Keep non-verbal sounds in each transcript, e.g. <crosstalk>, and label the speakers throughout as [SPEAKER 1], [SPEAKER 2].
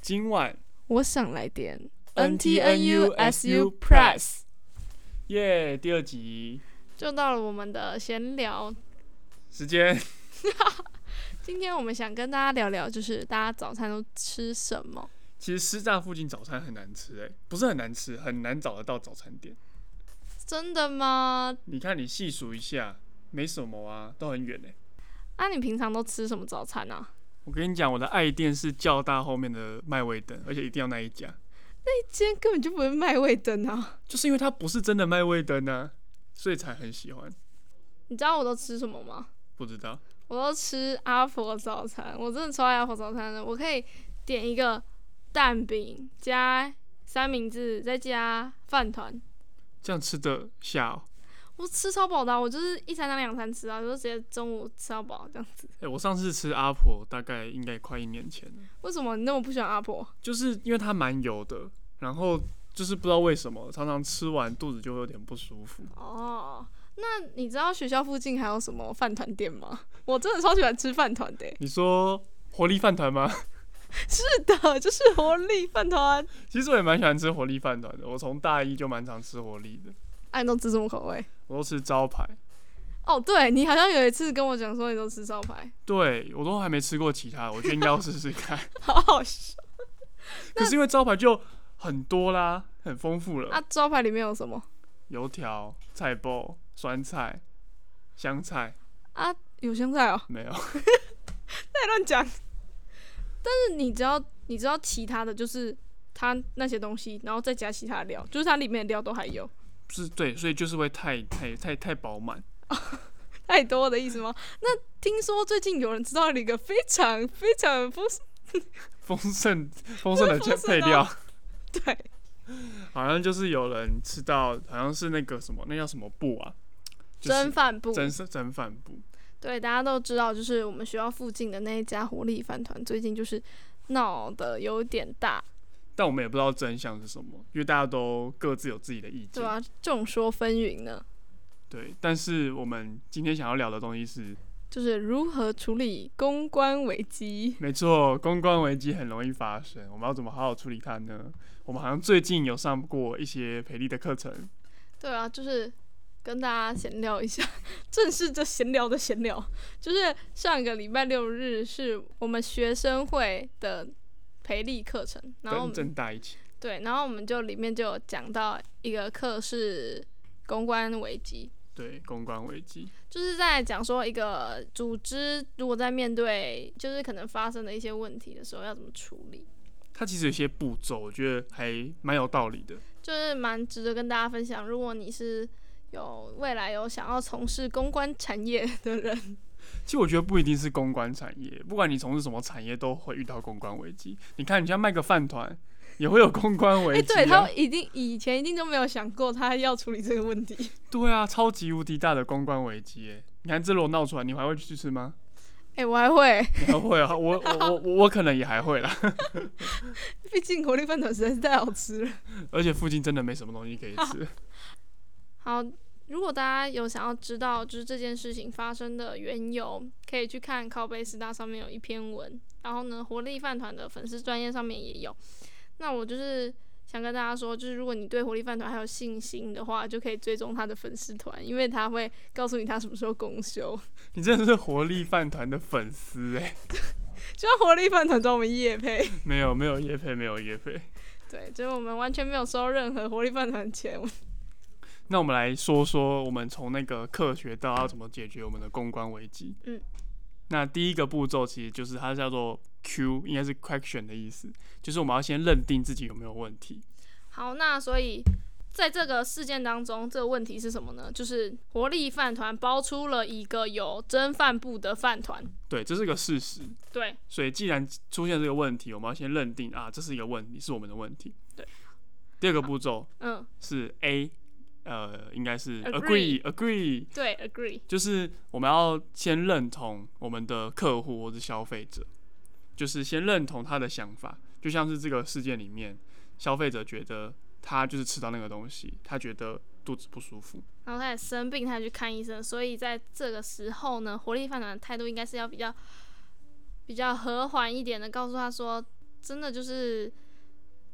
[SPEAKER 1] 今晚
[SPEAKER 2] 我想来点
[SPEAKER 1] NTNUSU Press，耶第二集
[SPEAKER 2] 就到了我们的闲聊。
[SPEAKER 1] 时间，
[SPEAKER 2] 今天我们想跟大家聊聊，就是大家早餐都吃什么？
[SPEAKER 1] 其实师大附近早餐很难吃、欸，哎，不是很难吃，很难找得到早餐店。
[SPEAKER 2] 真的吗？
[SPEAKER 1] 你看，你细数一下，没什么啊，都很远哎、
[SPEAKER 2] 啊，你平常都吃什么早餐啊？
[SPEAKER 1] 我跟你讲，我的爱店是教大后面的麦味登，而且一定要那一家，
[SPEAKER 2] 今天根本就不是卖味灯啊！
[SPEAKER 1] 就是因为它不是真的麦味登啊，所以才很喜欢。
[SPEAKER 2] 你知道我都吃什么吗？
[SPEAKER 1] 不知道，
[SPEAKER 2] 我都吃阿婆早餐，我真的超爱阿婆早餐的。我可以点一个蛋饼加三明治，再加饭团，
[SPEAKER 1] 这样吃得下、哦。
[SPEAKER 2] 我吃超饱的啊、我就是一餐当两餐吃啊，我就直接中午吃到饱这样子。
[SPEAKER 1] 哎、我上次吃阿婆大概应该快一年前了，
[SPEAKER 2] 为什么你那么不喜欢阿婆？
[SPEAKER 1] 就是因为它蛮油的，然后就是不知道为什么，常常吃完肚子就会有点不舒服。
[SPEAKER 2] 哦，那你知道学校附近还有什么饭团店吗？我真的超喜欢吃饭团的 <laughs> 欸、
[SPEAKER 1] 你说活力饭团吗？ <laughs>
[SPEAKER 2] 是的，就是活力饭团。
[SPEAKER 1] 其实我也蛮喜欢吃活力饭团的，我从大一就蛮常吃活力的，
[SPEAKER 2] 哎、你都吃什么口味？
[SPEAKER 1] 我都吃招牌。
[SPEAKER 2] 哦，对你好像有一次跟我讲说你都吃招牌，
[SPEAKER 1] 对我都还没吃过其他的，我觉得应该要试试
[SPEAKER 2] <laughs>
[SPEAKER 1] 看。
[SPEAKER 2] 好好笑
[SPEAKER 1] 可是因为招牌就很多啦，很丰富了，
[SPEAKER 2] 啊！招牌里面有什么
[SPEAKER 1] 油条、菜包、酸菜、香菜
[SPEAKER 2] 啊？有香菜哦，
[SPEAKER 1] 没有。
[SPEAKER 2] 再乱讲。但是你只要你知道其他的就是它那些东西，然后再加其他的料，就是它里面的料都还有
[SPEAKER 1] 是对，所以就是会太太太太饱满。
[SPEAKER 2] 太多的意思吗？那听说最近有人知道了一个非常非常丰
[SPEAKER 1] 丰
[SPEAKER 2] <laughs>
[SPEAKER 1] 盛丰盛的
[SPEAKER 2] 丰盛
[SPEAKER 1] 配
[SPEAKER 2] 到
[SPEAKER 1] 料，
[SPEAKER 2] <laughs> 对
[SPEAKER 1] 好像就是有人吃到，好像是那个什么，那叫什么布啊？就
[SPEAKER 2] 蒸
[SPEAKER 1] 是
[SPEAKER 2] 饭部，
[SPEAKER 1] 蒸蒸饭布。
[SPEAKER 2] 对，大家都知道，就是我们学校附近的那一家活力饭团，最近就是闹得有点大，
[SPEAKER 1] 但我们也不知道真相是什么，因为大家都各自有自己的意见。
[SPEAKER 2] 对啊，众说纷纭呢，
[SPEAKER 1] 对，但是我们今天想要聊的东西是，
[SPEAKER 2] 就是如何处理公关危机。
[SPEAKER 1] 没错，公关危机很容易发生，我们要怎么好好处理它呢？我们好像最近有上过一些培力的课程，
[SPEAKER 2] 对啊，就是跟大家闲聊一 <laughs> 下，正是这闲聊的闲聊，就是上个礼拜六日是我们学生会的培力课程，然后我
[SPEAKER 1] 跟
[SPEAKER 2] 们
[SPEAKER 1] 正大一起。
[SPEAKER 2] 对，然后我们就里面就有讲到一个课是公关危机，
[SPEAKER 1] 对，公关危机。
[SPEAKER 2] 就是在讲说一个组织如果在面对就是可能发生的一些问题的时候要怎么处理，
[SPEAKER 1] 它其实有些步骤，我觉得还蛮有道理的。
[SPEAKER 2] 就是蛮值得跟大家分享。如果你是有未来有想要从事公关产业的人，
[SPEAKER 1] 其实我觉得不一定是公关产业，不管你从事什么产业，都会遇到公关危机。你看，你像卖个饭团，也会有公关
[SPEAKER 2] 哎、
[SPEAKER 1] 危机、啊
[SPEAKER 2] 对他一定以前一定都没有想过他要处理这个问题。
[SPEAKER 1] 对啊，超级无敌大的公关危机耶！你看这楼闹出来，你还会去吃吗？
[SPEAKER 2] 哎、我还会，
[SPEAKER 1] 你还会啊？ <laughs> 我我我我我可能也还会啦。
[SPEAKER 2] <laughs>
[SPEAKER 1] <laughs>
[SPEAKER 2] 毕竟国力饭团实在是太好吃了。
[SPEAKER 1] 而且附近真的没什么东西可以吃。 <laughs>
[SPEAKER 2] 好，如果大家有想要知道就是这件事情发生的缘由，可以去看靠背师大上面有一篇文，然后呢，活力饭团的粉丝专业上面也有。那我就是想跟大家说，就是如果你对活力饭团还有信心的话，就可以追踪他的粉丝团，因为他会告诉你他什么时候公休。
[SPEAKER 1] 你真的是活力饭团的粉丝哎！
[SPEAKER 2] 就像活力饭团找我们夜配，
[SPEAKER 1] <laughs> 没有没有叶配，没有叶配。
[SPEAKER 2] 对，就是我们完全没有收任何活力饭团的钱。
[SPEAKER 1] 那我们来说说，我们从那个课学到要怎么解决我们的公关危机。
[SPEAKER 2] 嗯，
[SPEAKER 1] 那第一个步骤其实就是它叫做 Q，应该是 question 的意思，就是我们要先认定自己有没有问题。
[SPEAKER 2] 好，那所以在这个事件当中，这个问题是什么呢？就是活力饭团包出了一个有蒸饭部的饭团，
[SPEAKER 1] 对，这是个事实。
[SPEAKER 2] 对，
[SPEAKER 1] 所以既然出现这个问题，我们要先认定啊，这是一个问题，是我们的问题。
[SPEAKER 2] 对。
[SPEAKER 1] 第二个步骤
[SPEAKER 2] 嗯，
[SPEAKER 1] 是 A，呃，应该是
[SPEAKER 2] Agree
[SPEAKER 1] agree
[SPEAKER 2] 对，agree，
[SPEAKER 1] 就是我们要先认同我们的客户或是消费者，就是先认同他的想法，就像是这个事件里面，消费者觉得他就是吃到那个东西，他觉得肚子不舒服，
[SPEAKER 2] 然后他也生病，他也去看医生，所以在这个时候呢，活力饭团的态度应该是要比较比较和缓一点的，告诉他说。真的就是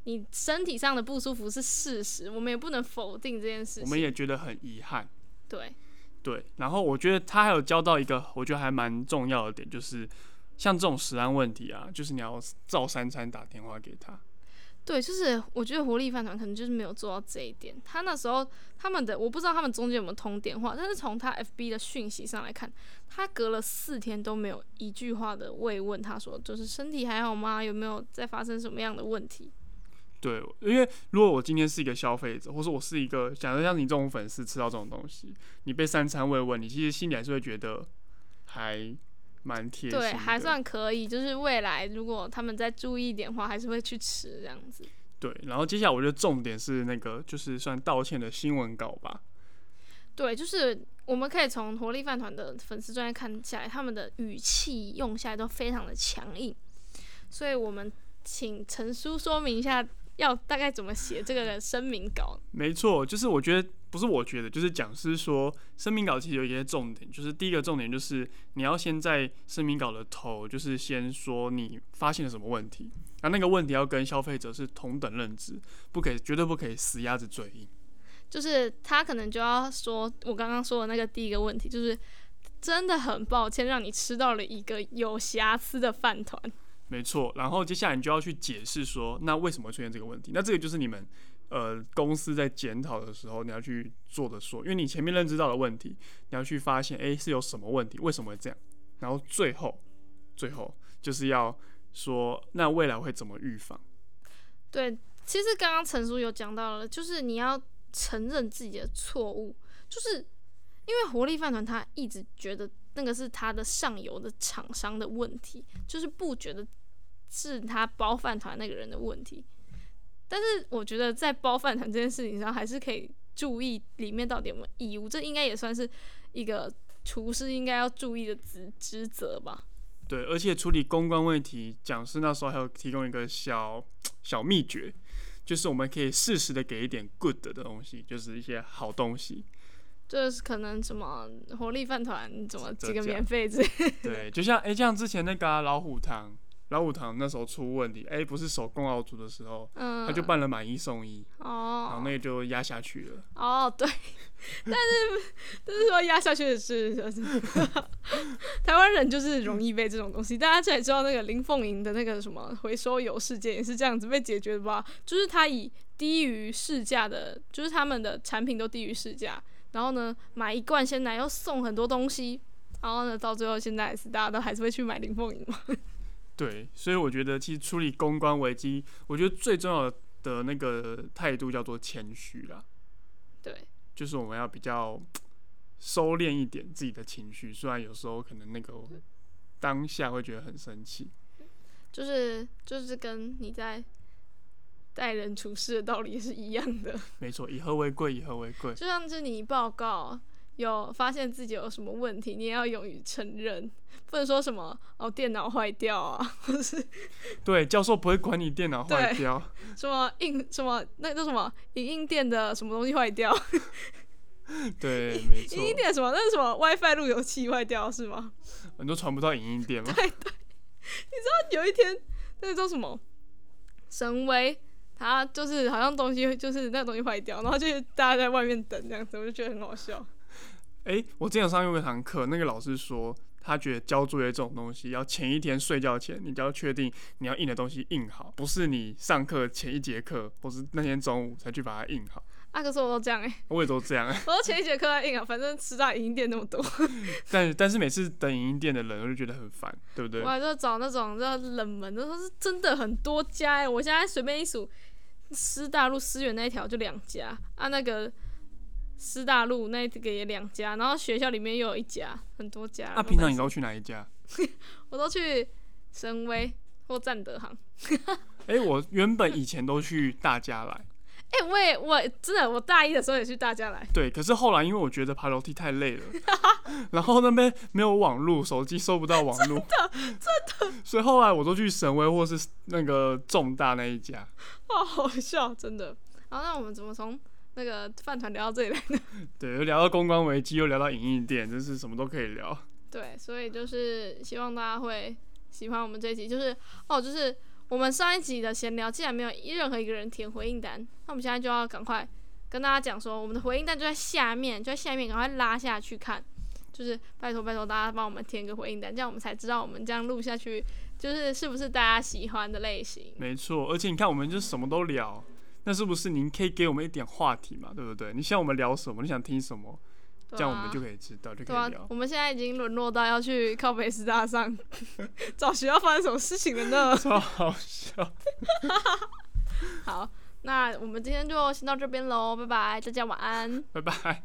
[SPEAKER 2] 你身体上的不舒服是事实，我们也不能否定这件事
[SPEAKER 1] 我们
[SPEAKER 2] 情。
[SPEAKER 1] 也觉得很遗憾。
[SPEAKER 2] 对，
[SPEAKER 1] 对，然后我觉得他还有教到一个我觉得还蛮重要的点，就是像这种食安问题啊，就是你要照三餐打电话给他。
[SPEAKER 2] 对，就是我觉得活力饭团可能就是没有做到这一点。他那时候他们的我不知道他们中间有没有通电话，但是从他 FB 的讯息上来看，他隔了四天都没有一句话的慰问，他说就是身体还好吗？有没有在发生什么样的问题？
[SPEAKER 1] 对，因为如果我今天是一个消费者，或者我是一个，假设像你这种粉丝吃到这种东西，你被三餐慰问，你其实心里还是会觉得还蛮贴心的，
[SPEAKER 2] 对，还算可以，就是未来如果他们再注意一点的话，还是会去吃这样子。
[SPEAKER 1] 对。然后接下来我觉得重点是那个就是算道歉的新闻稿吧，
[SPEAKER 2] 对，就是我们可以从活力饭团的粉丝专业看起来，他们的语气用下来都非常的强硬，所以我们请陈叔说明一下，要大概怎么写这个声明稿。
[SPEAKER 1] 没错，就是我觉得不是我觉得，就是讲师说声明稿其实有一些重点，就是第一个重点就是你要先在声明稿的头，就是先说你发现了什么问题，那那个问题要跟消费者是同等认知，不可以绝对不可以死鸭子嘴硬。
[SPEAKER 2] 就是他可能就要说，我刚刚说的那个第一个问题，就是真的很抱歉让你吃到了一个有瑕疵的饭团。
[SPEAKER 1] 没错，然后接下来你就要去解释说，那为什么会出现这个问题？那这个就是你们呃公司在检讨的时候你要去做的说，因为你前面认知到的问题，你要去发现，诶是有什么问题，为什么会这样？然后最后，最后就是要说，那未来会怎么预防？
[SPEAKER 2] 对，其实刚刚陈叔有讲到了，就是你要承认自己的错误，就是因为活力饭团他一直觉得那个是他的上游的厂商的问题，就是不觉得是他包饭团那个人的问题。但是我觉得在包饭团这件事情上，还是可以注意里面到底有没有义务，这应该也算是一个厨师应该要注意的职职责吧。
[SPEAKER 1] 对，而且处理公关问题，讲师那时候还有提供一个小小秘诀，就是我们可以适时的给一点 good 的东西，就是一些好东西。
[SPEAKER 2] 就是可能什么活力饭团，怎么
[SPEAKER 1] 折
[SPEAKER 2] 几个
[SPEAKER 1] 价
[SPEAKER 2] 免费之
[SPEAKER 1] 对，就像哎、诶像之前那个啊、老虎堂，老虎堂那时候出问题，哎、不是首共奥组的时候，
[SPEAKER 2] 嗯，
[SPEAKER 1] 他就办了买一送一，然后
[SPEAKER 2] 哦
[SPEAKER 1] 那个就压下去了。
[SPEAKER 2] 哦， <laughs> 对，但是但是说压下去的是，就是 <laughs> 台湾人就是容易被这种东西。大家这也知道那个林凤营的那个什么回收油事件也是这样子被解决的吧？就是他以低于市价的，就是他们的产品都低于市价，然后呢买一罐鲜奶又送很多东西，然后呢到最后现在还是大家都还是会去买林凤营嘛。
[SPEAKER 1] 对，所以我觉得其实处理公关危机，我觉得最重要的那个态度叫做谦虚啦，
[SPEAKER 2] <laughs> 对，
[SPEAKER 1] 就是我们要比较收敛一点自己的情绪，虽然有时候可能那个当下会觉得很生气。
[SPEAKER 2] 就是就是跟你在待人处事的道理是一样的。
[SPEAKER 1] 没错，以和为贵，以和为贵。
[SPEAKER 2] 就像是你报告有发现自己有什么问题，你也要勇于承认，不能说什么哦电脑坏掉啊， <laughs> 或是
[SPEAKER 1] 对，教授不会管你电脑坏
[SPEAKER 2] 对
[SPEAKER 1] 掉。 <laughs>
[SPEAKER 2] 什么印什么那叫什么影印店的什么东西坏掉，啊
[SPEAKER 1] 对，没错
[SPEAKER 2] 影。印店什么那是什么 WiFi 路由器坏掉是吗？
[SPEAKER 1] 很多传不到影音
[SPEAKER 2] <laughs>
[SPEAKER 1] 店吗？
[SPEAKER 2] 有一天那个叫什么神威。他就是好像东西就是那个东西坏掉，然后就是大家在外面等这样子，我就觉得很好笑。
[SPEAKER 1] 诶，我之前有上过一堂课，那个老师说，他觉得交作业这种东西，要前一天睡觉前，你就要确定你要印的东西印好，不是你上课前一节课或是那天中午才去把它印好。
[SPEAKER 2] 啊，可是我都这样哎、
[SPEAKER 1] 我也都这样，
[SPEAKER 2] 我都前一节课在印啊，反正师大影音店那么多，
[SPEAKER 1] 但但是每次等影音店的人，我就觉得很烦，对不对
[SPEAKER 2] 我？还在找那种叫冷门的，说是真的很多家哎、我现在随便一数，师大路、思远那一条就两家啊，那个师大路那个也两家，然后学校里面又有一家，很多家。
[SPEAKER 1] 那、
[SPEAKER 2] 然后
[SPEAKER 1] 啊平常
[SPEAKER 2] 但
[SPEAKER 1] 你
[SPEAKER 2] 是
[SPEAKER 1] 都去哪一家？
[SPEAKER 2] 我都去神威或赞德行。
[SPEAKER 1] 诶，我原本以前都去大家来，
[SPEAKER 2] 哎、我也我真的我大一的时候也去大家来， <laughs>
[SPEAKER 1] 对，可是后来因为我觉得爬楼梯太累了， <laughs> 然后那边没有网路，手机收不到网路，真的真的，所以后来我都去神威或是那个重大那一家。
[SPEAKER 2] 哦，好笑，真的。好，那我们怎么从那个饭团聊到这里来？
[SPEAKER 1] 对，又聊到公关危机，又聊到影印店，真是什么都可以聊。
[SPEAKER 2] 对，所以就是希望大家会喜欢我们这一集。就是哦，就是我们上一集的闲聊竟然没有一任何一个人填回应单，那我们现在就要赶快跟大家讲说，我们的回应单就在下面，就在下面，赶快拉下去看。就是拜托拜托大家帮我们填个回应单，这样我们才知道我们这样录下去就是是不是大家喜欢的类型。
[SPEAKER 1] 没错，而且你看，我们就什么都聊，那是不是您可以给我们一点话题嘛？对不对？你想我们聊什么，你想听什么，
[SPEAKER 2] 对
[SPEAKER 1] 这样我们
[SPEAKER 2] 啊
[SPEAKER 1] 就可以知道，就可
[SPEAKER 2] 对啊
[SPEAKER 1] 以聊，
[SPEAKER 2] 我。们现在已经沦落到要去靠北师大上 <laughs> 找学校发生什么事情了呢？
[SPEAKER 1] 超好笑，
[SPEAKER 2] 好，那我们今天就先到这边喽，拜拜，大家晚安。
[SPEAKER 1] 拜拜。